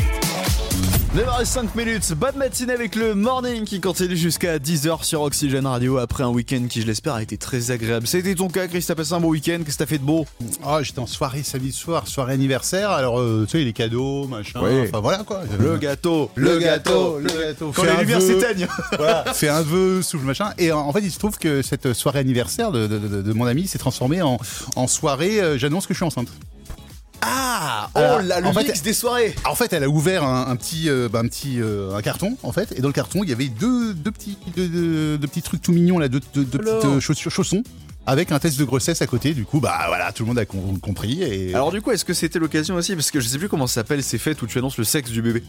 9h05 minutes, bonne matinée avec le morning qui continue jusqu'à 10h sur Oxygène Radio après un week-end qui, je l'espère, a été très agréable. C'était ton cas, Chris, t'as passé un bon week-end, qu'est-ce que t'as fait de beau Ah, oh, j'étais en soirée samedi soir, soirée anniversaire, alors euh, tu sais, les cadeaux, machin, Oui. enfin voilà quoi. Euh, Le gâteau, le gâteau, le gâteau. Quand Fais les un lumières vœu. s'éteignent Voilà, fais un vœu, souffle machin. Et en, en fait, il se trouve que cette soirée anniversaire de, de- de- de mon ami s'est transformée en, en soirée, euh, j'annonce que je suis enceinte. Ah Oh Alors, là, le en fait, mix des soirées En fait, elle a ouvert un, un petit, euh, bah, un petit, euh, un carton en fait, et dans le carton, il y avait deux, deux petits, deux, deux- deux petits trucs tout mignons là, deux, deux- deux Alors. petites euh, chauss- chaussons. Avec un test de grossesse à côté, du coup, bah voilà, tout le monde a com- compris. Et... Alors du coup, est-ce que c'était l'occasion aussi Parce que je sais plus comment ça s'appelle ces fêtes où tu annonces le sexe du bébé.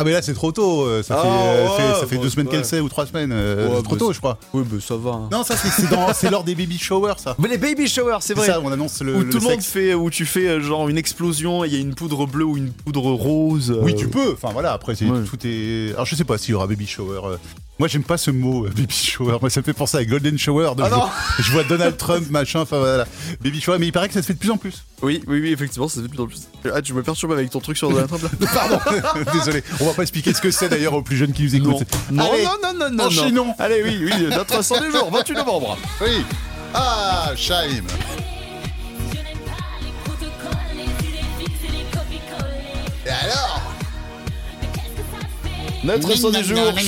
Ah, mais là, c'est trop tôt. euh, Ça Ah, fait, euh, ouais, fait- ça fait bon, deux semaines ouais. qu'elle sait ou trois semaines. euh, Ouais, c'est trop bah, tôt, c'est- je crois. Oui, mais ça va. hein. Non, ça, c'est- c'est dans- c'est lors des baby showers, ça. Mais les baby showers, c'est C'est vrai ça, on annonce le, Où le tout le monde sexe. fait, où tu fais euh, genre une explosion et il y a une poudre bleue ou une poudre rose. euh, Oui, tu peux. Enfin, voilà, après, c'est Ouais. tout est. Alors, je sais pas s'il y aura baby shower. euh. Moi, j'aime pas ce mot, euh, baby shower. Moi, ça me fait penser à Golden Shower. donc Ah je, non vois, je vois Donald Trump, machin. Enfin, voilà. Baby shower, mais il paraît que ça se fait de plus en plus. Oui, oui, oui, effectivement, ça se fait de plus en plus. Ah, tu me perturbes avec ton truc sur Donald Trump là Pardon, désolé. On va pas expliquer ce que c'est d'ailleurs aux plus jeunes qui nous écoutent. Non, Allez, non, non, non, non, non. enchaînons. Allez, oui, oui, notre 100 des jours, 28 novembre. Oui. Ah, Shaim. Je n'aime pas les protocoles, les idées fixes et les copies-collées. Et alors Mais qu'est-ce que ça fait Notre 100 des jours,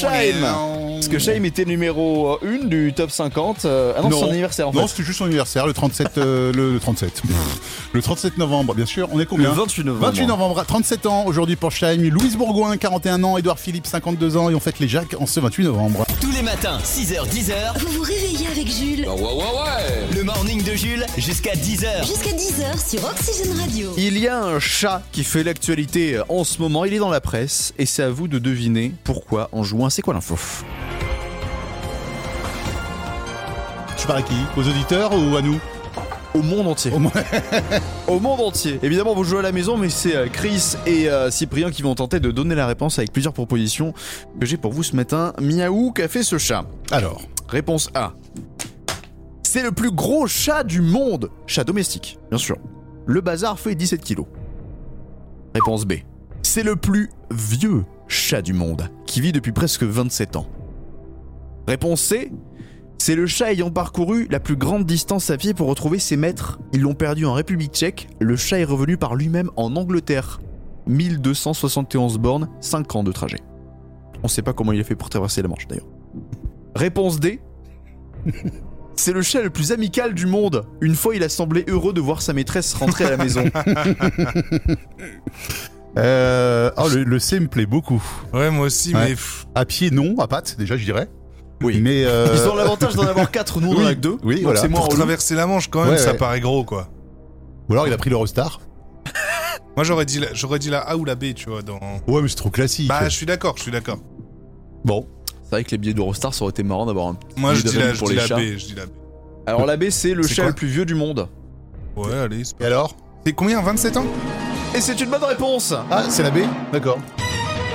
Shame. Parce que Shame était numéro 1 du top 50. euh, ah non, c'est son anniversaire en Non, fait. c'était juste son anniversaire, le 37, euh, le, le 37. Pff, le 37 novembre, bien sûr. On est Le combien 28 novembre. 28 novembre, 37 ans aujourd'hui pour Chaim, Louise Bourgoin, 41 ans, Édouard Philippe, 52 ans, et on fête les Jacques en ce 28 novembre. Tous les matins, 6h, 10h, Vous vous réveillez avec Jules le morning de Jules jusqu'à 10h. jusqu'à 10h sur Oxygène Radio. Il y a un chat qui fait l'actualité euh, en ce moment, il est dans la presse, et c'est à vous de deviner pourquoi en juin. C'est quoi l'info Tu parles à qui Aux auditeurs ou à nous Au monde entier. Au monde. Au monde entier. Évidemment, vous jouez à la maison, mais c'est euh, Chris et euh, Cyprien qui vont tenter de donner la réponse avec plusieurs propositions que j'ai pour vous ce matin. Miaou, qu'a fait ce chat Alors, Réponse A. C'est le plus gros chat du monde. Chat domestique, bien sûr. Le bazar fait 17 kilos. Réponse B. C'est le plus vieux chat du monde, qui vit depuis presque 27 ans. Réponse C. C'est le chat ayant parcouru la plus grande distance à pied pour retrouver ses maîtres. Ils l'ont perdu en République tchèque. Le chat est revenu par lui-même en Angleterre. 1271 bornes, 5 ans de trajet. On sait pas comment il a fait pour traverser la Manche d'ailleurs. Réponse D. C'est le chat le plus amical du monde. Une fois, il a semblé heureux de voir sa maîtresse rentrer à la maison. euh, oh, le, le C me plaît beaucoup. Ouais, moi aussi, Ouais. mais pff, À pied, non, à pattes, déjà, je dirais. Oui. Mais. euh, Ils ont l'avantage d'en avoir 4, nous on en a que 2. oui, voilà. C'est moins pour relou. traverser la Manche, quand même, Ouais, ça ouais. paraît gros, quoi. Ou alors il a pris l'Eurostar. Moi, j'aurais dit, la... j'aurais dit la A ou la B, tu vois, dans... Ouais, mais c'est trop classique. Bah, je suis d'accord, je suis d'accord. Bon. C'est vrai que les billets d'Eurostar, ça aurait été marrant d'avoir un petit. Moi, je billet dis de la, rime je pour dis les la chats. B, je dis la B. Alors, la B, c'est le C'est chat quoi le plus vieux du monde. Ouais, allez, c'est pas... Et alors C'est combien, 27 ans Et c'est une bonne réponse Ah, c'est la B D'accord.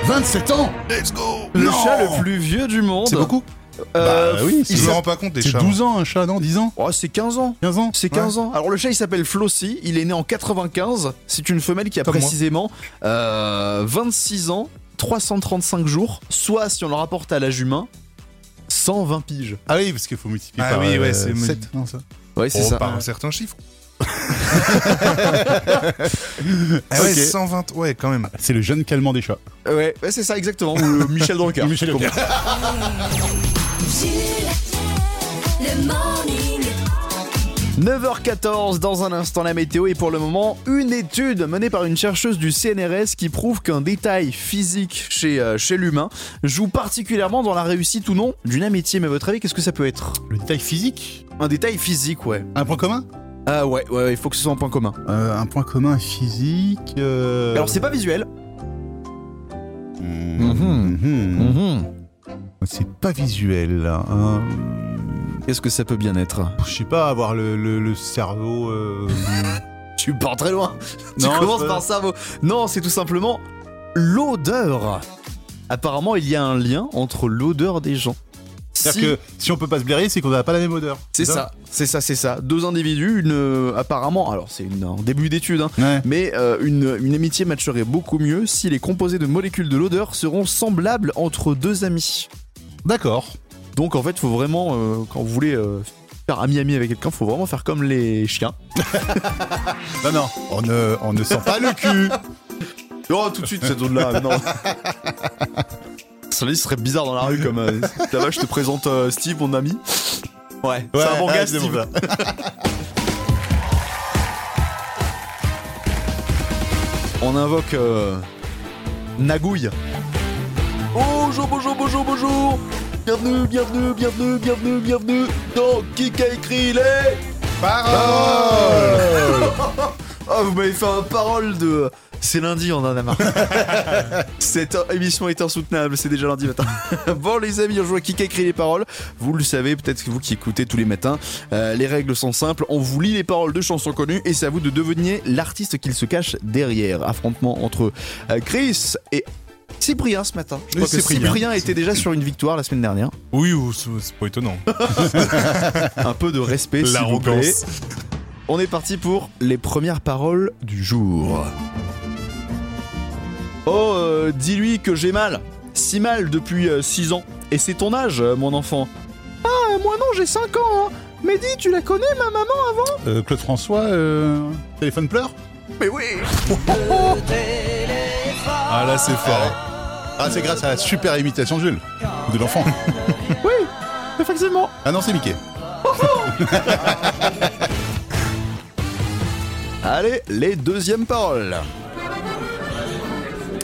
27 ans Let's go Le Non chat le plus vieux du monde. C'est beaucoup Euh, Bah oui, il Je me ça- rends pas compte des C'est chats. hein. 12 ans un chat, non 10 ans Oh, c'est 15 ans. 15 ans C'est 15 ans. Alors le chat il s'appelle Flossie, il est né en 95, c'est une femelle qui a Comme moi. précisément euh, 26 ans, 335 jours, soit si on le rapporte à l'âge humain, 120 piges. Ah oui, parce qu'il faut multiplier Ah par oui, ouais, euh, c'est- sept, non, ça Ouais c'est Oh, ça. par un certain chiffre. Ah Ok. ouais, 120, ouais, quand même. C'est le jeune calmant des chats. Ouais, ouais, c'est ça exactement. Ou le Michel Drucker. Michel Drucker. Jules, le morning. 9h14 dans un instant la météo et pour le moment une étude menée par une chercheuse du CNRS qui prouve qu'un détail physique chez, euh, chez l'humain joue particulièrement dans la réussite ou non d'une amitié. Mais à votre avis qu'est-ce que ça peut être Le détail physique Un détail physique ouais. Un point commun Ah ouais, ouais, ouais, il faut que ce soit un point commun. Euh, Un point commun physique. euh, Alors c'est pas visuel. Mhm, mhm. C'est pas visuel. là. Euh, Qu'est-ce que ça peut bien être Je sais pas, avoir le, le- le cerveau. euh, Tu pars très loin. tu Non, commences c'est pas- par ça. vous. Non, c'est tout simplement l'odeur. Apparemment, il y a un lien entre l'odeur des gens. C'est-à-dire que si on peut pas se blairer, c'est qu'on n'a pas la même odeur. C'est ça, c'est ça, c'est ça. Deux individus, une euh, apparemment, alors c'est une- un début d'étude, hein, Ouais. mais euh, une, une amitié matcherait beaucoup mieux si les composés de molécules de l'odeur seront semblables entre deux amis. D'accord. Donc en fait, faut vraiment, euh, quand vous voulez euh, faire ami-ami avec quelqu'un, faut vraiment faire comme les chiens. Non, non, on ne, on ne sent pas le cul. Oh, tout de suite, cette zone-là, non. Ça serait bizarre dans la rue comme euh, là-bas, je te présente euh, Steve, mon ami. Ouais, c'est un bon gars, Ouais, ouais, c'est Steve. bon, ça. On invoque euh, Nagouille. Bonjour, bonjour, bonjour, bonjour. Bienvenue, bienvenue, bienvenue, bienvenue, bienvenue dans Qui a écrit les Ah. paroles Oh, vous m'avez fait un parole de. C'est lundi, on en a marre. Cette émission est insoutenable, c'est déjà lundi matin. bon, les amis, on joue à qui a écrit les paroles. Vous le savez, peut-être que vous qui écoutez tous les matins, euh, les règles sont simples. On vous lit les paroles de chansons connues et c'est à vous de deviner l'artiste qu'il se cache derrière. Affrontement entre euh, Chris et Cyprien ce matin. Je Oui, crois que Cyprien. Cyprien était déjà sur une victoire la semaine dernière. Oui, ou- c'est c'est pas étonnant. Un peu de respect, s'il vous plaît. L'arrogance. On est parti pour les premières paroles du jour. Oh, euh, dis-lui que j'ai mal. Si mal depuis 6 ans. Et c'est ton âge, euh, mon enfant. Ah, euh, moi non, j'ai 5 ans. Hein. Mais dis, tu la connais, ma maman Euh, Claude François, euh, téléphone pleure Mais oui Ah là, c'est fort. Ah, c'est grâce à la super imitation de Jules, de l'enfant. Oui, effectivement. Ah non, c'est Mickey. Allez, les deuxièmes paroles.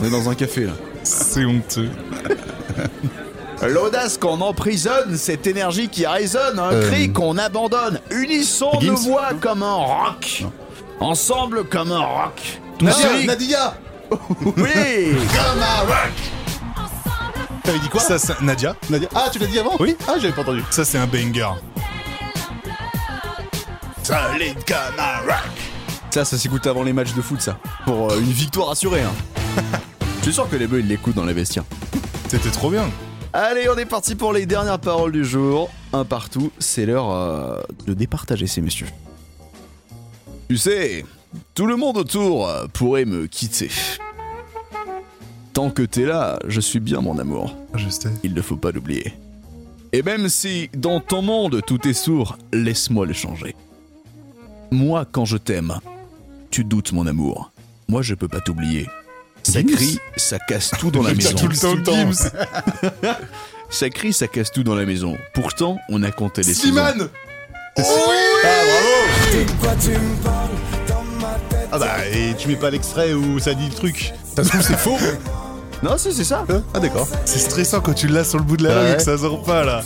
On est dans un café, là. C'est honteux. L'audace qu'on emprisonne, cette énergie qui résonne, un Euh. cri qu'on abandonne. Unissons nos Higgins voix comme un rock. Ensemble comme un rock. Tous unis. Nadia Oui T'avais dit quoi Ça, c'est- Nadia, Nadia. Ah, tu l'as dit avant Oui. Ah, j'avais pas entendu. ça c'est un banger. Solide comme un rock. Ça, ça s'écoute avant les matchs de foot, ça. Pour euh, une victoire assurée, hein. Je suis sûr que les bœufs, ils l'écoutent dans les vestiaires. C'était trop bien. Allez, on est parti pour les dernières paroles du jour. Un partout, c'est l'heure euh, de départager ces messieurs. Tu sais, tout le monde autour euh, pourrait me quitter. Tant que t'es là, je suis bien mon amour. Je sais. Il ne faut pas l'oublier. Et même si dans ton monde tout est sourd, laisse-moi le changer. Moi, quand je t'aime, tu doutes mon amour. Moi, je peux pas t'oublier. Ça Gims crie, ça casse tout dans la Gims, maison. Tout le temps, Tout le temps. Gims. Ça crie, ça casse tout dans la maison. Pourtant, on a compté les saisons. Slimane Ah bah, et tu mets pas l'extrait où ça dit le truc Ça se trouve, c'est faux Non, si, c'est ça. Ah, d'accord. C'est stressant quand tu l'as sur le bout de la Bah Ouais. langue, ça sort pas là.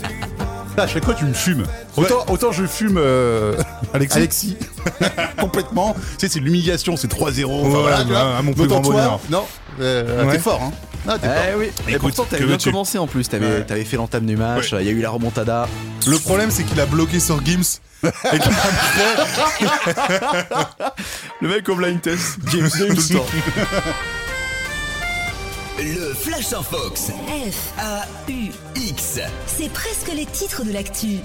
Ah, à chaque fois, tu me fumes. Autant, autant je fume euh, Alexis. Alexis. Complètement. Tu sais, c'est de l'humiliation, c'est 3-0. enfin, Ouais, voilà, tu bah, vois. à mon plus Autant grand toi, bonheur. Non, euh, Ouais. t'es fort, hein. Ah, t'es fort. Eh oui. Et Écoute, pourtant, t'avais que bien veux-tu commencé en plus. T'avais Ouais. t'avais fait l'entame du match. Il Ouais. y a eu la remontada. Le problème c'est qu'il a bloqué sur Gims. Et qu'il Le mec au blind test. James, James, tout le temps. Le Flash en Fox. F, X. c'est presque les titres de l'actu.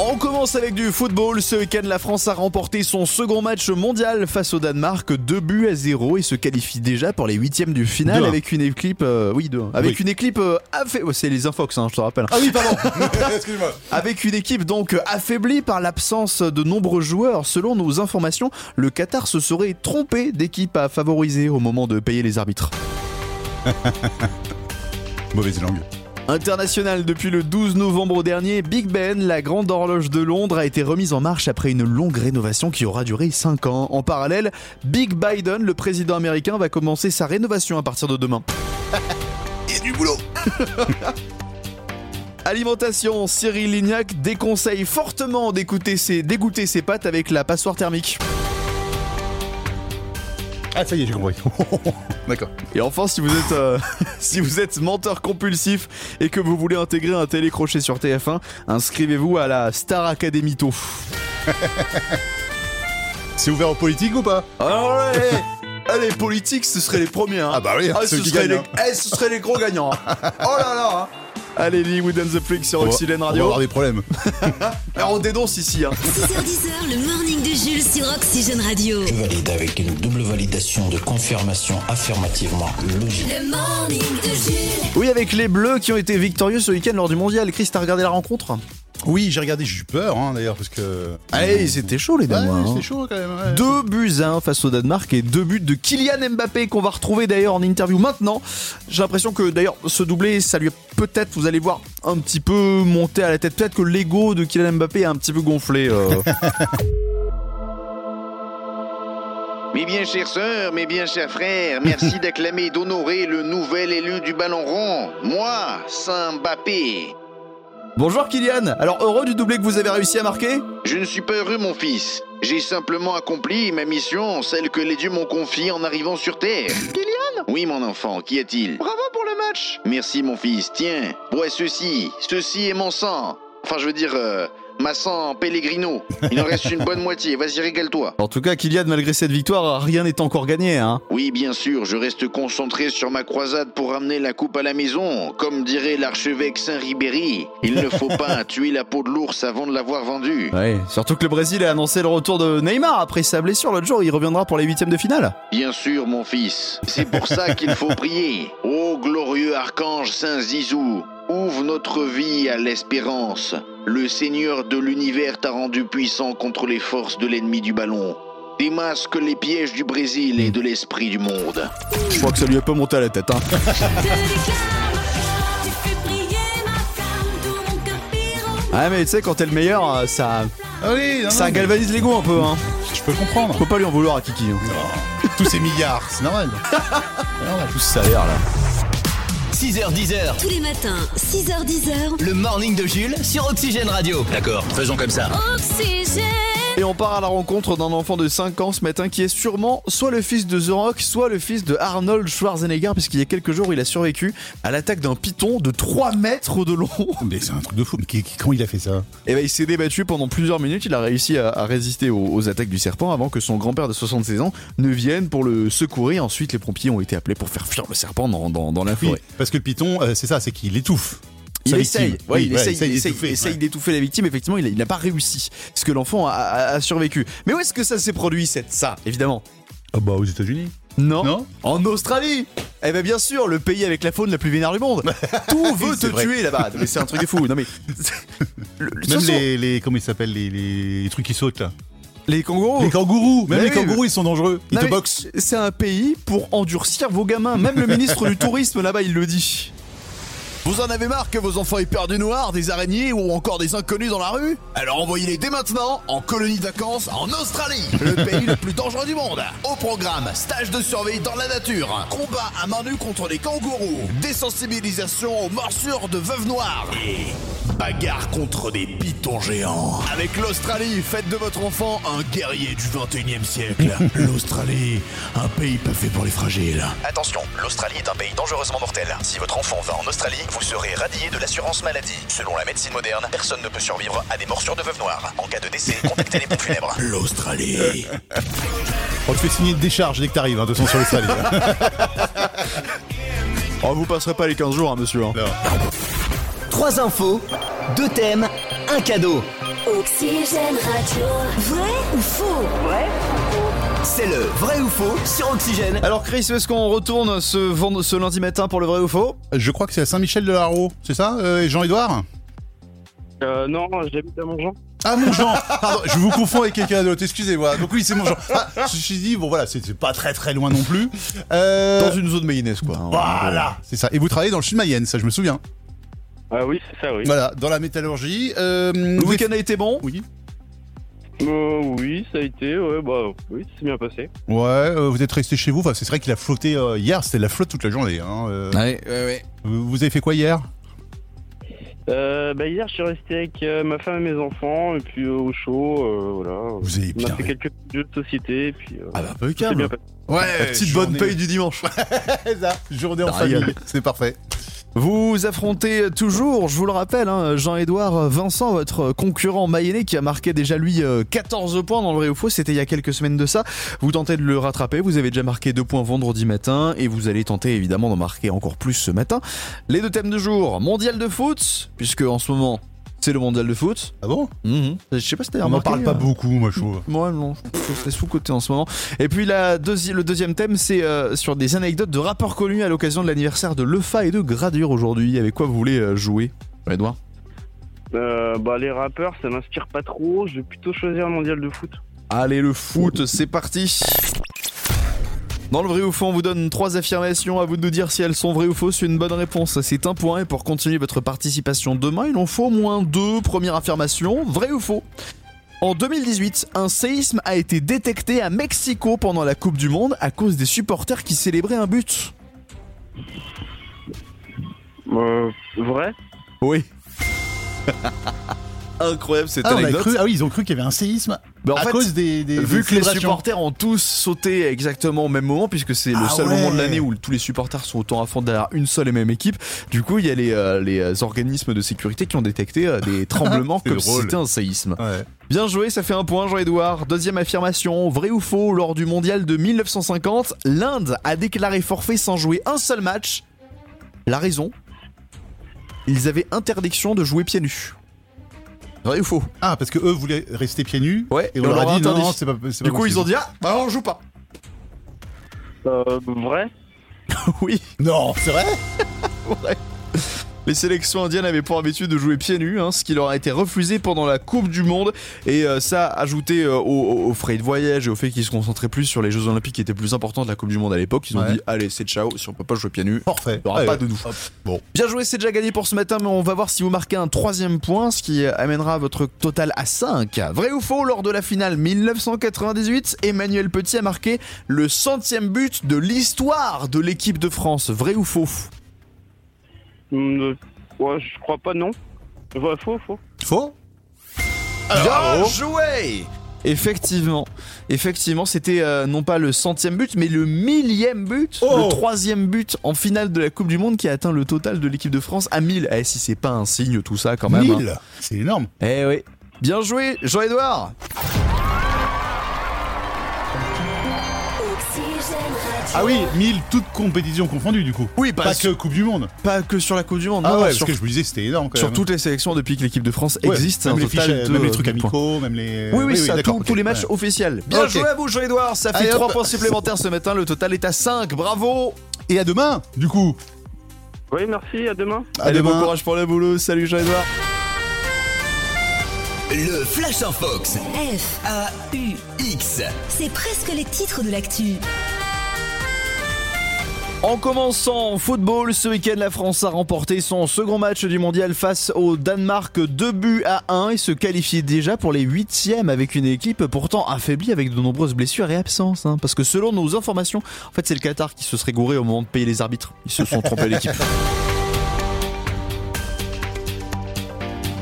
On commence avec du football. Ce week-end, la France a remporté son second match mondial face au Danemark, 2 buts à 0 et se qualifie déjà pour les huitièmes du final Deux un. avec une équipe, euh, oui, deux un. avec Oui. une équipe euh, affa- oh, c'est les Infox, hein, je te rappelle, Ah oui, pardon. Excuse-moi. avec une équipe donc affaiblie par l'absence de nombreux joueurs. Selon nos informations, le Qatar se serait trompé d'équipe à favoriser au moment de payer les arbitres. Mauvaise langue. International depuis le 12 novembre dernier, Big Ben, la grande horloge de Londres, a été remise en marche après une longue rénovation qui aura duré 5 ans. En parallèle, Big Biden, le président américain, va commencer sa rénovation à partir de demain. Et du boulot. Alimentation, Cyril Lignac déconseille fortement d'écouter ses, dégoûter ses pâtes avec la passoire thermique. Ah, ça y est, j'ai compris. d'accord. Et enfin, si vous êtes, euh, si vous êtes menteur compulsif et que vous voulez intégrer un télécrochet sur TF1, inscrivez-vous à la Star Academy Taux. C'est ouvert aux politiques ou pas Alors là, eh, eh, les politiques, ce seraient les premiers. hein. Ah bah oui, Ah, ceux ce, qui seraient gagnent, les... eh, ce seraient les gros gagnants. hein. Oh là là. hein. Allez, Lee Wood and the Freak sur Oxylène On va Radio. avoir des problèmes. Alors, on dénonce ici. hein. 6h10h, le morning de Jules sur Oxygène Radio. Je valide avec une double validation de confirmation affirmativement logique. Le morning de Jules. Oui, avec les Bleus qui ont été victorieux ce week-end lors du mondial. Chris, t'as regardé la rencontre Oui, j'ai regardé, j'ai eu peur hein, d'ailleurs parce que. Allez, c'était chaud, les Ouais, Danois. hein. c'est chaud quand même. ouais. Deux buts à un face au Danemark et deux buts de Kylian Mbappé qu'on va retrouver d'ailleurs en interview maintenant. J'ai l'impression que d'ailleurs ce doublé, ça lui a peut-être, vous allez voir, un petit peu monté à la tête. Peut-être que l'ego de Kylian Mbappé a un petit peu gonflé. euh. Mes bien chères sœurs, mes bien chers frères, merci d'acclamer et d'honorer le nouvel élu du ballon rond, moi, Saint Mbappé. Bonjour Kylian. Alors heureux du doublé que vous avez réussi à marquer Je ne suis pas heureux, mon fils. J'ai simplement accompli ma mission, celle que les dieux m'ont confiée en arrivant sur Terre. Kylian Oui, mon enfant, qu'y a-t-il Bravo pour le match Merci, mon fils. Tiens, bois ceci. Ceci est mon sang. Enfin, je veux dire, euh, ma sang Pellegrino. Il en reste une bonne moitié. Vas-y, régale-toi. En tout cas, Kylian, malgré cette victoire, rien n'est encore gagné. Hein. Oui, bien sûr, je reste concentré sur ma croisade pour ramener la coupe à la maison. Comme dirait l'archevêque Saint-Ribéry, il ne faut pas tuer la peau de l'ours avant de l'avoir vendue. Ouais. Surtout que le Brésil a annoncé le retour de Neymar après sa blessure l'autre jour. Il reviendra pour les huitièmes de finale. Bien sûr, mon fils. C'est pour ça qu'il faut prier. Ô glorieux archange Saint-Zizou, ouvre notre vie à l'espérance. Le Seigneur de l'univers t'a rendu puissant contre les forces de l'ennemi du ballon. Démasque les pièges du Brésil et de l'esprit du monde. Je crois que ça lui a pas monté à la tête. Hein. Je déclame, tu fais prier ma flamme, tout mon cœur pire. Ah mais tu sais, quand t'es le meilleur, euh, ça, Ah oui, non, ça non, galvanise l'ego un peu. Hein. je peux comprendre. Faut pas lui en vouloir à Kiki. hein. Tous ces milliards, c'est normal. on a tous ça. 6h, 10h, Tous les matins, 6h10h. le morning de Jules sur Oxygène Radio. D'accord, faisons comme ça. Oxygène, Et on part à la rencontre d'un enfant de 5 ans ce matin qui est sûrement soit le fils de The Rock, soit le fils de Arnold Schwarzenegger, puisqu'il y a quelques jours il a survécu à l'attaque d'un python de 3 mètres de long. Oh, Mais c'est un truc de fou. Mais qui- qui- comment il a fait ça Et ben il s'est débattu pendant plusieurs minutes, il a réussi à, à résister aux, aux attaques du serpent avant que son grand-père de 76 ans ne vienne pour le secourir. Ensuite les pompiers ont été appelés pour faire fuir le serpent dans, dans- dans la Oui, forêt. parce que le python, euh, c'est ça, c'est qu'il étouffe. Il sa essaye, victime. ouais, Oui, il voilà, essaye, il essaye- d'étouffer, essaye ouais. d'étouffer la victime. Effectivement, il a- il n'a pas réussi, parce que l'enfant a, a- a survécu. Mais où est-ce que ça s'est produit, cette, ça, évidemment Ah bah aux États-Unis. Non. Non En Australie Eh bien, bien sûr, le pays avec la faune la plus vénère du monde. Tout veut te c'est vrai. tuer là-bas. Mais c'est un truc de fou. Non mais Le- de toute Même façon, les, les- comment ils s'appellent les, les- les trucs qui sautent là. les kangourous. Les kangourous. Même Mais oui, les kangourous, ils sont dangereux. Ils Non, te mais boxent. C'est un pays pour endurcir vos gamins. Même le ministre du Tourisme là-bas, il le dit. Vous en avez marre que vos enfants aient peur du noir, des araignées ou encore des inconnus dans la rue Alors envoyez-les dès maintenant en colonie de vacances en Australie, le pays le plus dangereux du monde. Au programme, stage de survie dans la nature, combat à main nue contre les kangourous, désensibilisation aux morsures de veuves noires et bagarre contre des pitons géants. Avec l'Australie, faites de votre enfant un guerrier du 21e siècle. L'Australie, un pays pas fait pour les fragiles. Attention, l'Australie est un pays dangereusement mortel. Si votre enfant va en Australie, vous serez radié de l'assurance maladie. Selon la médecine moderne, personne ne peut survivre à des morsures de veuve noire. En cas de décès, contactez les pompes funèbres. L'Australie. On te fait signer une décharge dès que t'arrives, hein, de toute façon sur l'Australie. là. Oh, vous passerez pas les 15 jours, hein, monsieur. hein. Trois infos, deux thèmes, un cadeau. Oxygène Radio. Vrai ou faux C'est le vrai ou faux sur Oxygène. Alors, Chris, où est-ce qu'on retourne ce, vend- ce lundi matin pour le vrai ou faux Je crois que c'est à Saint-Michel-de-Larro, c'est ça, euh, Jean-Edouard Euh, non, j'habite à Montjean. Ah mon Jean Pardon, je vous confonds avec quelqu'un d'autre, excusez-moi. Donc oui, c'est mon Jean. Ah, ceci dit, bon voilà, c'est c'est pas très très loin non plus. Euh, Dans une zone mayonnaise, quoi. Voilà, c'est ça. Et vous travaillez dans le sud Mayenne, ça je me souviens. Ah oui, c'est ça, oui. Voilà, dans la métallurgie. euh, Le vous week-end a été bon Oui. Euh, oui, ça a été, ouais, bah oui, c'est bien passé. Ouais, euh, vous êtes resté chez vous. Enfin, c'est vrai qu'il a flotté euh, hier. C'était la flotte toute la journée. hein, euh. Ouais, ouais, ouais. Vous vous avez fait quoi hier Euh, bah hier, je suis resté avec euh, ma femme et mes enfants, et puis euh, au chaud, euh, voilà. Vous avez On a bien. fait quelques jeux de société, et puis euh, Ah bah c'est bien impeccable. euh, passé. Ouais, La petite journée- bonne paye du dimanche. Ça, journée en Royal. famille. C'est parfait. Vous affrontez toujours, je vous le rappelle, hein, Jean-Édouard Vincent, votre concurrent mayennais qui a marqué déjà lui euh, 14 points dans le vrai ou faux, c'était il y a quelques semaines de ça. Vous tentez de le rattraper, vous avez déjà marqué 2 points vendredi matin et vous allez tenter évidemment d'en marquer encore plus ce matin. Les deux thèmes de jour, mondial de foot, puisque en ce moment c'est le mondial de foot. Mhm. Ah bon Je sais pas si t'as On n'en remarqué, parle pas euh, beaucoup, moi, je trouve. Ouais, non, c'est sous-côté en ce moment. Et puis la deuxi- le deuxième thème, c'est euh, sur des anecdotes de rappeurs connus à l'occasion de l'anniversaire de Lefa et de Gradure aujourd'hui. Avec quoi vous voulez euh, jouer Edouard Euh, bah, les rappeurs, ça m'inspire pas trop. Je vais plutôt choisir un mondial de foot. Allez, le foot, c'est parti dans le vrai ou faux, on vous donne trois affirmations à vous de nous dire si elles sont vraies ou fausses. Une bonne réponse, c'est un point. Et pour continuer votre participation demain, il en faut au moins deux. Première affirmation, vrai ou faux En 2018, un séisme a été détecté à Mexico pendant la Coupe du Monde à cause des supporters qui célébraient un but. Euh, vrai Oui. Incroyable cette Ah, on a anecdote. cru- ah oui, ils ont cru qu'il y avait un séisme Bah, en à fait, cause des, des- Vu que les des célébrations. supporters ont tous sauté exactement au même moment, puisque c'est le Ah seul ouais. moment de l'année où tous les supporters sont autant à fond derrière une seule et même équipe, du coup il y a les, euh, les organismes de sécurité qui ont détecté euh, des tremblements C'est comme si drôle. c'était un séisme. Ouais. Bien joué, ça fait un point Jean-Edouard. Deuxième affirmation, vrai ou faux, lors du mondial de 1950, l'Inde a déclaré forfait sans jouer un seul match. La raison Ils avaient interdiction de jouer pieds nus. Vrai ou faux Ah, parce que eux voulaient rester pieds nus. Ouais, Et on leur a dit non, interdit. non, c'est pas, c'est pas Du coup, ils possible. ont dit ah, bah on joue pas. Euh, vrai Oui. Non, c'est vrai Les sélections indiennes avaient pour habitude de jouer pieds nus, hein, ce qui leur a été refusé pendant la Coupe du Monde. Et euh, ça, ajouté euh, aux, aux- aux frais de voyage et au fait qu'ils se concentraient plus sur les Jeux Olympiques qui étaient plus importants de la Coupe du Monde à l'époque, ils ont Ouais. dit allez, c'est ciao, si on peut pas jouer pieds nus. Parfait. Euh, Il y aura Ouais. pas de nous. Hop. Bon. Bien joué, c'est déjà gagné pour ce matin, mais on va voir si vous marquez un troisième point, ce qui euh, amènera votre total à 5. Vrai ou faux, lors de la finale 1998, Emmanuel Petit a marqué le centième but de l'histoire de l'équipe de France. Vrai ou faux Hum, euh, Ouais, je crois pas, non. Ouais, faux, faux. Faux Bien joué Effectivement, effectivement, c'était euh, non pas le centième but, mais le millième but, Oh le troisième but en finale de la Coupe du Monde qui a atteint le total de l'équipe de France à 1000. Eh, si c'est pas un signe tout ça quand même. hein. 1000 C'est énorme. Eh oui. Bien joué, Jean-Edouard Oxygène Radio. Ah oui, 1000 toutes compétitions confondues du coup. Oui, Pas que Coupe du Monde. pas que sur la Coupe du Monde, Ah non, ouais, parce sur, que je me disais c'était énorme quand sur même. toutes les sélections depuis que l'équipe de France Ouais, existe. c'est même un les, total fiches, de, même les trucs de points. amicaux, même les. Oui, oui, ça, d'accord, tous- ok. tous les matchs Ouais. officiels. Bien Ok. joué à vous, Jean-Edouard. Ça fait Allez, trois hop. points supplémentaires ce matin. Le total est à 5. Bravo. Et à demain, du coup. Oui, merci, à demain. À Allez, demain. bon courage pour le boulot. Salut, Jean-Edouard. Le Flash en Fox. F, A-U-X. c'est presque les titres de l'actu. En commençant en football, ce week-end, la France a remporté son second match du mondial face au Danemark 2 buts à 1 et se qualifie déjà pour les huitièmes avec une équipe pourtant affaiblie avec de nombreuses blessures et absences. hein. parce que selon nos informations, en fait, c'est le Qatar qui se serait gouré au moment de payer les arbitres. Ils se sont trompés l'équipe.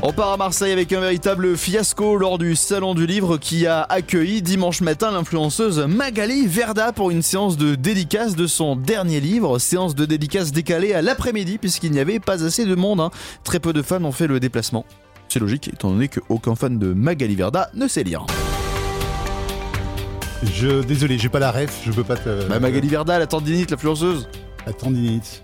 On part à Marseille avec un véritable fiasco lors du Salon du Livre qui a accueilli dimanche matin l'influenceuse Magali Verda pour une séance de dédicace de son dernier livre. Séance de dédicace décalée à l'après-midi puisqu'il n'y avait pas assez de monde. hein. Très peu de fans ont fait le déplacement. C'est logique étant donné qu'aucun fan de Magali Verda ne sait lire. Je désolé, j'ai pas la ref, je peux pas te. Bah, Magali Verda, la tendinite, l'influenceuse. Attends une minute.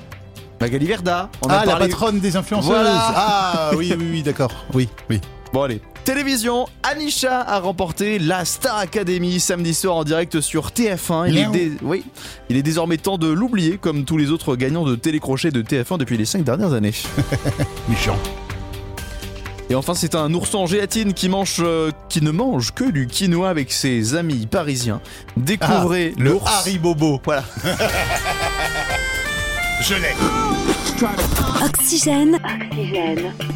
Magali Verda, on a Ah, la parlé- patronne des influenceuses. Voilà. Ah oui, oui, oui, d'accord. Oui, oui. Bon allez. Télévision, Anisha a remporté la Star Academy samedi soir en direct sur TF1. Il est, Miaou. dé- oui, il est désormais temps de l'oublier comme tous les autres gagnants de télécrochet de TF1 depuis les 5 dernières années. Méchant. Et enfin, c'est un ourson en gélatine qui, mange, euh, qui ne mange que du quinoa avec ses amis parisiens. Découvrez Ah, Le l'ours. Haribobo. Voilà. Je l'ai. Oxygène.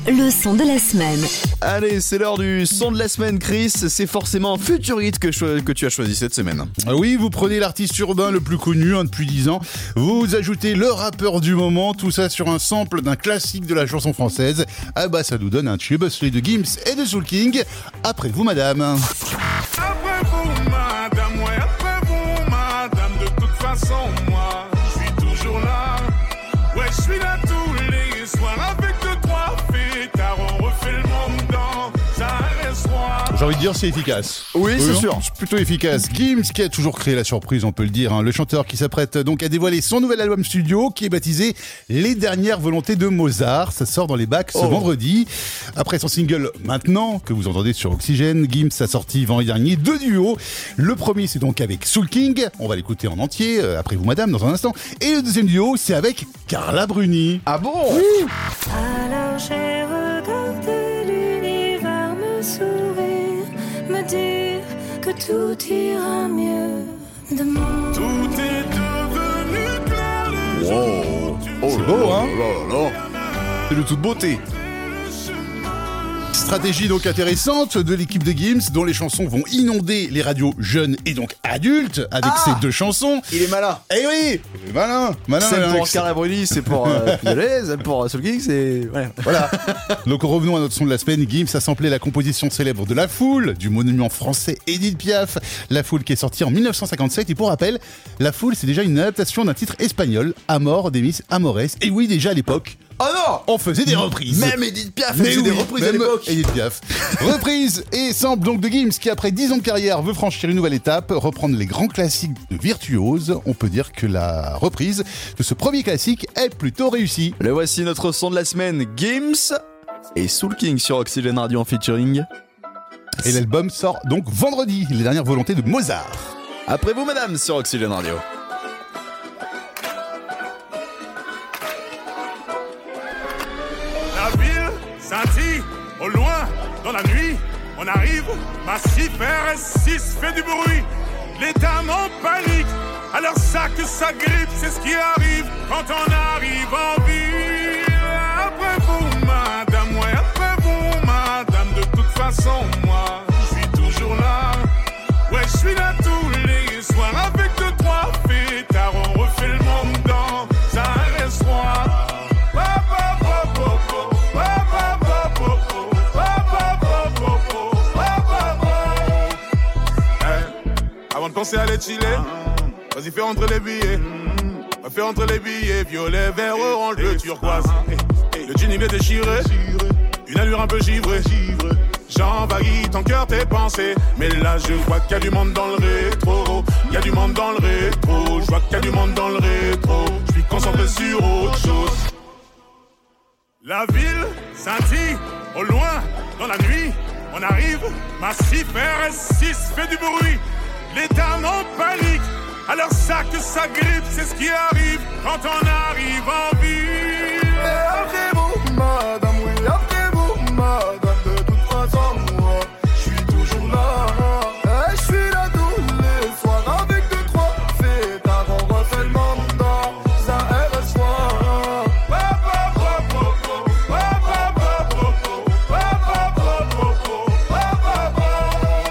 Le son de la semaine. Allez, c'est l'heure du son de la semaine, Chris. C'est forcément un futur hit que, cho- que tu as choisi cette semaine. Ah Oui, vous prenez l'artiste urbain le plus connu hein, depuis 10 ans, vous ajoutez le rappeur du moment, tout ça sur un sample d'un classique de la chanson française. Ah bah ça nous donne un tube, celui de Gims et de Soul King. Après vous madame. Après vous, madame, ouais, après vous, madame. De toute façon, moi, je suis toujours là. Ouais, je suis là tous les J'ai envie de dire, c'est efficace. Oui, c'est non sûr. C'est plutôt efficace. Gims, qui a toujours créé la surprise, on peut le dire. hein. Le chanteur qui s'apprête donc à dévoiler son nouvel album studio, qui est baptisé Les Dernières Volontés de Mozart. Ça sort dans les bacs ce Oh. vendredi. Après son single Maintenant, que vous entendez sur Oxygène, Gims a sorti vendredi dernier deux duos. Le premier, c'est donc avec Soul King. On va l'écouter en entier, euh, après vous, madame, dans un instant. Et le deuxième duo, c'est avec Carla Bruni. Ah bon Alors j'ai regardé l'univers me sourire, me dire que tout ira mieux demain. Tout est devenu clair. Wow. Oh beau, hein C'est de toute beauté. Stratégie donc intéressante de l'équipe de Gims, dont les chansons vont inonder les radios jeunes et donc adultes avec Ah ces deux chansons. Il est malin. Eh oui Il est Malin, malin, C'est malin, pour excellent. Carla Bruni, c'est pour euh, Piolet, c'est pour euh, Soul King, c'est. Voilà. Voilà. Donc revenons à notre son de la semaine. Gims a samplé la composition célèbre de La Foule, du monument français Edith Piaf. La Foule qui est sortie en 1957. Et pour rappel, La Foule, c'est déjà une adaptation d'un titre espagnol, Amor d'Emis Amores. Et oui, déjà à l'époque, Oh non on faisait des reprises. Même Edith Piaf, elle Mais faisait oui, des reprises à même l'époque. Edith Piaf. Reprise et sample donc de Gims qui après 10 ans de carrière veut franchir une nouvelle étape, reprendre les grands classiques de virtuose. On peut dire que la reprise de ce premier classique est plutôt réussie. Le voici notre son de la semaine, Gims et Soul King sur Oxygène Radio en featuring. Et l'album sort donc vendredi, les dernières volontés de Mozart. Après vous, madame, sur Oxygène Radio. La ville scintille au loin dans la nuit. On arrive, massif RS6 fait du bruit. Les dames en panique, alors ça que ça grippe, c'est ce qui arrive quand on arrive en ville. Après vous, madame, ouais, après vous, madame, de toute façon, moi, je suis toujours là. Ouais, je suis là tous les soirs avec deux, trois fêtards, on refait le monde dans un restaurant. Eh, Avant de penser à les chiller, vas-y fais entre les billets. Fais entre les billets, violet, vert, orange, bleu, turquoise. Eh, Le jean il est déchiré, une allure un peu givrée. J'envahis ton cœur, tes pensées. Mais là je vois qu'il y a du monde dans le rétro. Il y a du monde dans le rétro. Je vois qu'il y a du monde dans le rétro. Je suis concentré sur autre chose. La ville scintille au loin dans la nuit. On arrive, massif RS6 fait du bruit. Les dames en panique, alors ça que ça grippe, c'est ce qui arrive quand on arrive en ville. Après vous, madame, oui, après vous, madame, de toute façon, moi, je suis toujours là. Je suis là tous les soirs avec deux, trois fêtards, on refait le monde dans un RS3.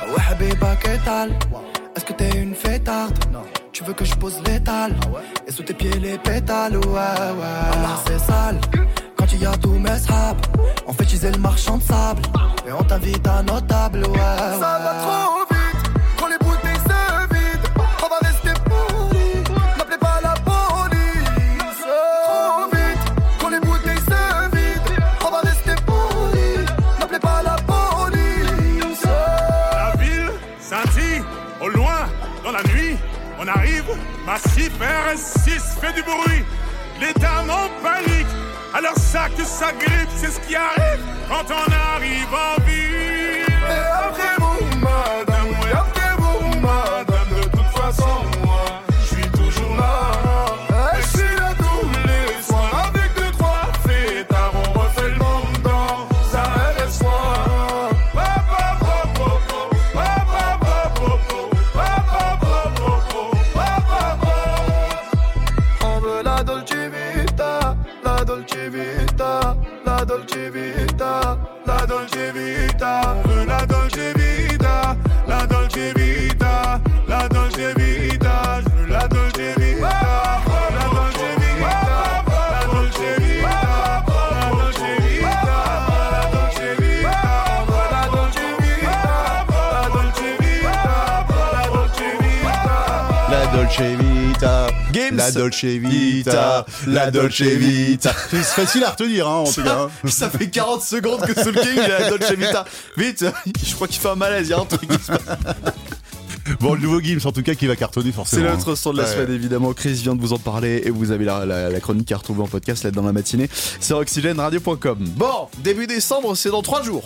Ouais, Habiba, que tal Est-ce que t'es une fêtarde Non. Tu veux que je pose l'étal Et sous tes pieds les pétales, ouais, ouais. Alors c'est sale. Quand il y a tous mes sables, on fait teaser le marchand de sable. Et on t'invite à notre table, ouais. Ça va trop vite, quand les bouteilles se vident, on va rester poli. N'appelez pas la police. Trop vite, quand les bouteilles se vident, on va rester poli. N'appelez pas la police. La ville scintille au loin dans la nuit. On arrive, massif RS6 fait du bruit. Les dames en panique, alors ça que ça grippe, c'est ce qui arrive quand on arrive en ville. Eh, Après vous, madame, oui, après vous, madame, de toute façon, moi, je suis toujours là. Eh, Je suis là tous les soirs avec deux, trois fêtards, on refait le monde dans un RS3. On veut la Dolce Vita, la Dolce Vita, la Dolce Vita, la Dolce Vita, On veut la Dolce Vita, la Dolce Vita, la Dolce Vita, Je veux la Dolce Vita, la Dolce Vita, la Dolce Vita, la Dolce Vita, la Dolce Vita, On veut la Dolce Vita, la Dolce Vita, la Dolce Vita. La Dolce Vita. Games. La Dolce Vita. La Dolce Vita. C'est facile à retenir, hein, en tout cas. hein. Ah, Ça fait 40 secondes que Soul King est à Dolce Vita. Vite, je crois qu'il fait un malaise, il y a un truc qui se passe. Bon, le nouveau Gims, en tout cas, qui va cartonner C'est forcément. notre son de la Ouais. semaine, évidemment. Chris vient de vous en parler et vous avez la, la- la chronique à retrouver en podcast là dans la matinée sur oxygèneradio.com. Bon, début décembre, c'est dans 3 jours.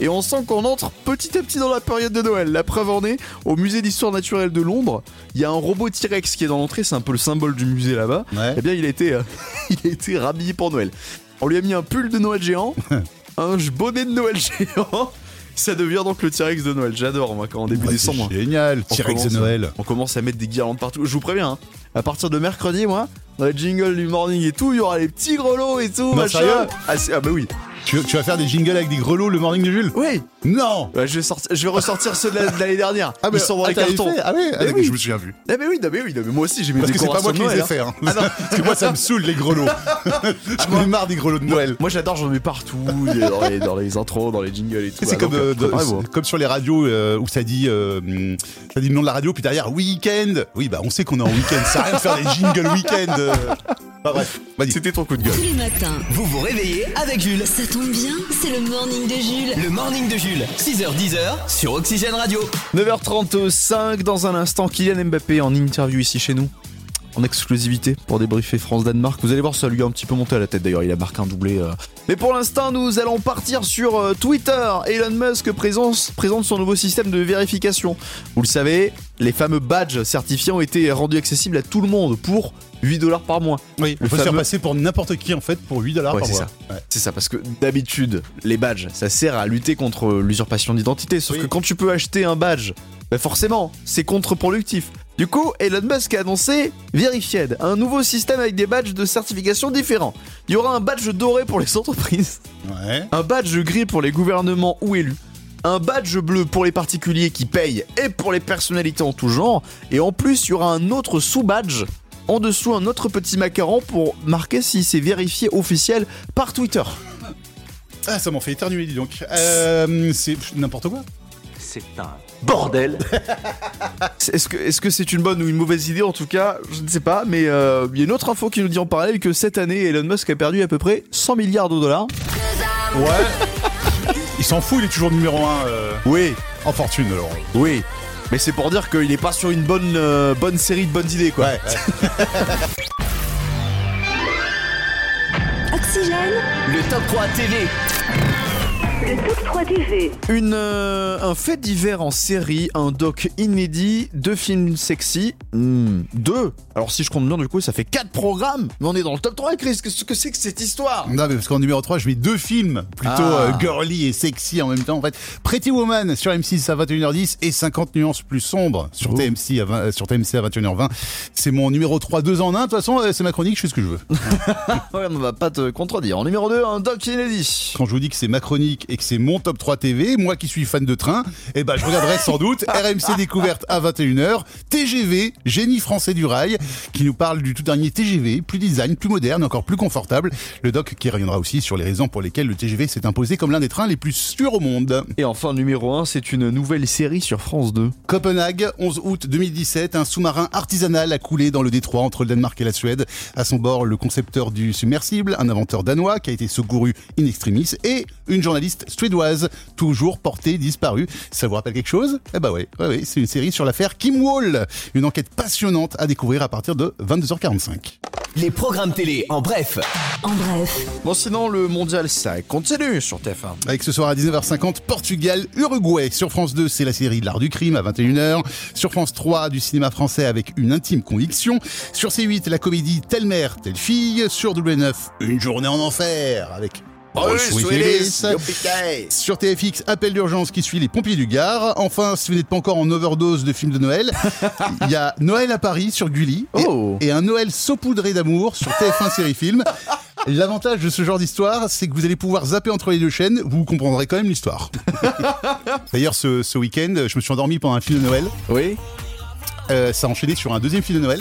Et on sent qu'on entre petit à petit dans la période de Noël. La preuve en est, au musée d'histoire naturelle de Londres, il y a un robot T-Rex qui est dans l'entrée, c'est un peu le symbole du musée là-bas. hein. Eh bien, il a, été, euh, il a été rhabillé pour Noël. On lui a mis un pull de Noël géant, un bonnet de Noël géant. Ça devient donc le T-Rex de Noël. J'adore, moi, quand en début Ouais, c'est décembre. Génial, On T-Rex de commence- Noël. On commence à mettre des guirlandes partout. Je vous préviens, hein, à partir de mercredi, moi, dans les jingles du morning et tout, il y aura les petits grelots et tout, Non, machin. sérieux ah, c'est- ah bah oui. Tu, tu vas faire des jingles avec des grelots le morning de Jules Oui Non Ouais, Bah, je, vais sortir- je vais ressortir ceux de la- de l'année dernière. Ah, mais- Ils sont dans ah, les t'avais cartons. fait Ah ouais, ah, Mais d'accord, je me souviens vu. Ah mais oui, non, mais oui, non, mais moi aussi j'ai mes Parce que c'est pas décorations moi qui de les ai Noël, hein. fait. hein. Parce que moi, ça me saoule, les grelots. J'en ai marre des grelots de Noël. hein. Moi j'adore, j'en mets partout, dans les, dans les intros, dans les jingles et tout. C'est Ah, comme, donc, euh, euh, de- bravo. c'est comme sur les radios euh, où ça dit, euh, hum, ça dit le nom de la radio, puis derrière week-end. Oui, bah on sait qu'on est en week-end. Ça sert à rien de faire des jingles week-end. euh. Enfin, bref, C'était ton coup de Tous les matins. Vous vous réveillez avec Jules. Ça tombe bien, c'est le morning de Jules. Le morning de Jules, 6h10 sur Oxygène Radio. 9h35, dans un instant, Kylian Mbappé en interview ici chez nous, en exclusivité pour débriefer France-Danemark. Vous allez voir, ça lui a un petit peu monté à la tête d'ailleurs, il a marqué un doublé. euh. Mais pour l'instant, nous allons partir sur euh, Twitter. Elon Musk présence- présente son nouveau système de vérification. Vous le savez, les fameux badges certifiés ont été rendus accessibles à tout le monde pour 8 dollars par mois. Oui, Le on peut se faire fameux- passer pour n'importe qui en fait pour 8 dollars Ouais, par c'est mois. ça. C'est ça, parce que d'habitude, les badges, ça sert à lutter contre l'usurpation d'identité. Sauf que quand tu peux acheter un badge, bah forcément, c'est contre-productif. Du coup, Elon Musk a annoncé Verified, un nouveau système avec des badges de certification différents. Il y aura un badge doré pour les entreprises, un badge gris pour les gouvernements ou élus, un badge bleu pour les particuliers qui payent et pour les personnalités en tout genre, et en plus, il y aura un autre sous-badge en dessous un autre petit macaron pour marquer si c'est vérifié officiel par Twitter. Ah, ça m'en fait éternuer, dis donc. Euh, c'est pff, n'importe quoi. C'est un bordel. Est-ce que est-ce que c'est une bonne ou une mauvaise idée en tout cas, je ne sais pas, mais euh, il y a une autre info qui nous dit en parallèle que cette année Elon Musk a perdu à peu près 100 milliards de dollars. Ouais. il s'en fout, il est toujours numéro 1 Oui. en fortune alors. Oui. Mais c'est pour dire qu'il n'est pas sur une bonne euh, bonne série de bonnes idées quoi. Oxygène. Le top 3 TV. Le top 3 TV. Une, euh, un fait divers en série, un doc inédit, deux films sexy, hmm, deux. Alors si je compte bien, du coup, ça fait quatre programmes. Mais on est dans le top 3, Chris. Qu'est-ce que c'est que cette histoire Non, mais parce qu'en numéro 3, je mets deux films plutôt Ah. euh, girly et sexy en même temps. En fait, Pretty Woman sur M6 à 21h10 et 50 nuances plus sombres sur, TMC à 20 euh, sur TMC à 21h20. C'est mon numéro 3, deux en un. De toute façon, euh, c'est ma chronique, je fais ce que je veux. Ouais, on va pas te contredire. En numéro 2, un doc inédit. Quand je vous dis que c'est ma chronique et que c'est mon top 3 TV, moi qui suis fan de train, eh ben, je regarderai sans doute RMC Découverte à 21h, TGV, génie français du rail, qui nous parle du tout dernier TGV, plus design, plus moderne, encore plus confortable. Le doc qui reviendra aussi sur les raisons pour lesquelles le TGV s'est imposé comme l'un des trains les plus sûrs au monde. Et enfin, numéro 1, c'est une nouvelle série sur France 2. Copenhague, 11 août 2017, un sous-marin artisanal a coulé dans le détroit entre le Danemark et la Suède. À son bord, le concepteur du submersible, un inventeur danois qui a été secouru in extremis et une journaliste suédoise, toujours portée disparue. Ça vous rappelle quelque chose Eh bah ouais, ouais, ouais, c'est une série sur l'affaire Kim Wall, une enquête passionnante à découvrir à partir de 22h45. Les programmes télé, en bref. En bref. Bon, sinon, le mondial, ça continue sur TF1. Avec ce soir à 19h50, Portugal-Uruguay. Sur France 2, c'est la série de l'art du crime à 21h. Sur France 3, du cinéma français avec une intime conviction. Sur C8, la comédie Telle mère, telle fille. Sur W9, Une journée en enfer avec... Oh, Bruce Willis. Sur TFX, appel d'urgence qui suit les pompiers du Gard. Enfin, si vous n'êtes pas encore en overdose de films de Noël, il y a Noël à Paris sur Gulli et, et un Noël saupoudré d'amour sur TF1 série film. L'avantage de ce genre d'histoire, c'est que vous allez pouvoir zapper entre les deux chaînes, vous comprendrez quand même l'histoire. D'ailleurs, ce, ce week-end, je me suis endormi pendant un film de Noël. Euh, Oui. ça a enchaîné sur un deuxième film de Noël.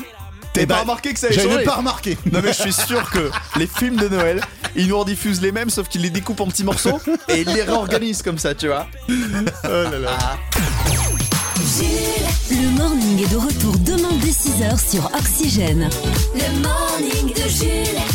T'as Et pas bah, remarqué que ça allait j'avais changer pas remarqué. ben, Non, mais je suis sûr que les films de Noël, ils nous en diffusent les mêmes, sauf qu'ils les découpent en petits morceaux et ils les réorganisent comme ça, tu vois. Oh là là. Le morning est de retour demain dès 6h sur Oxygène. Le morning de Jules.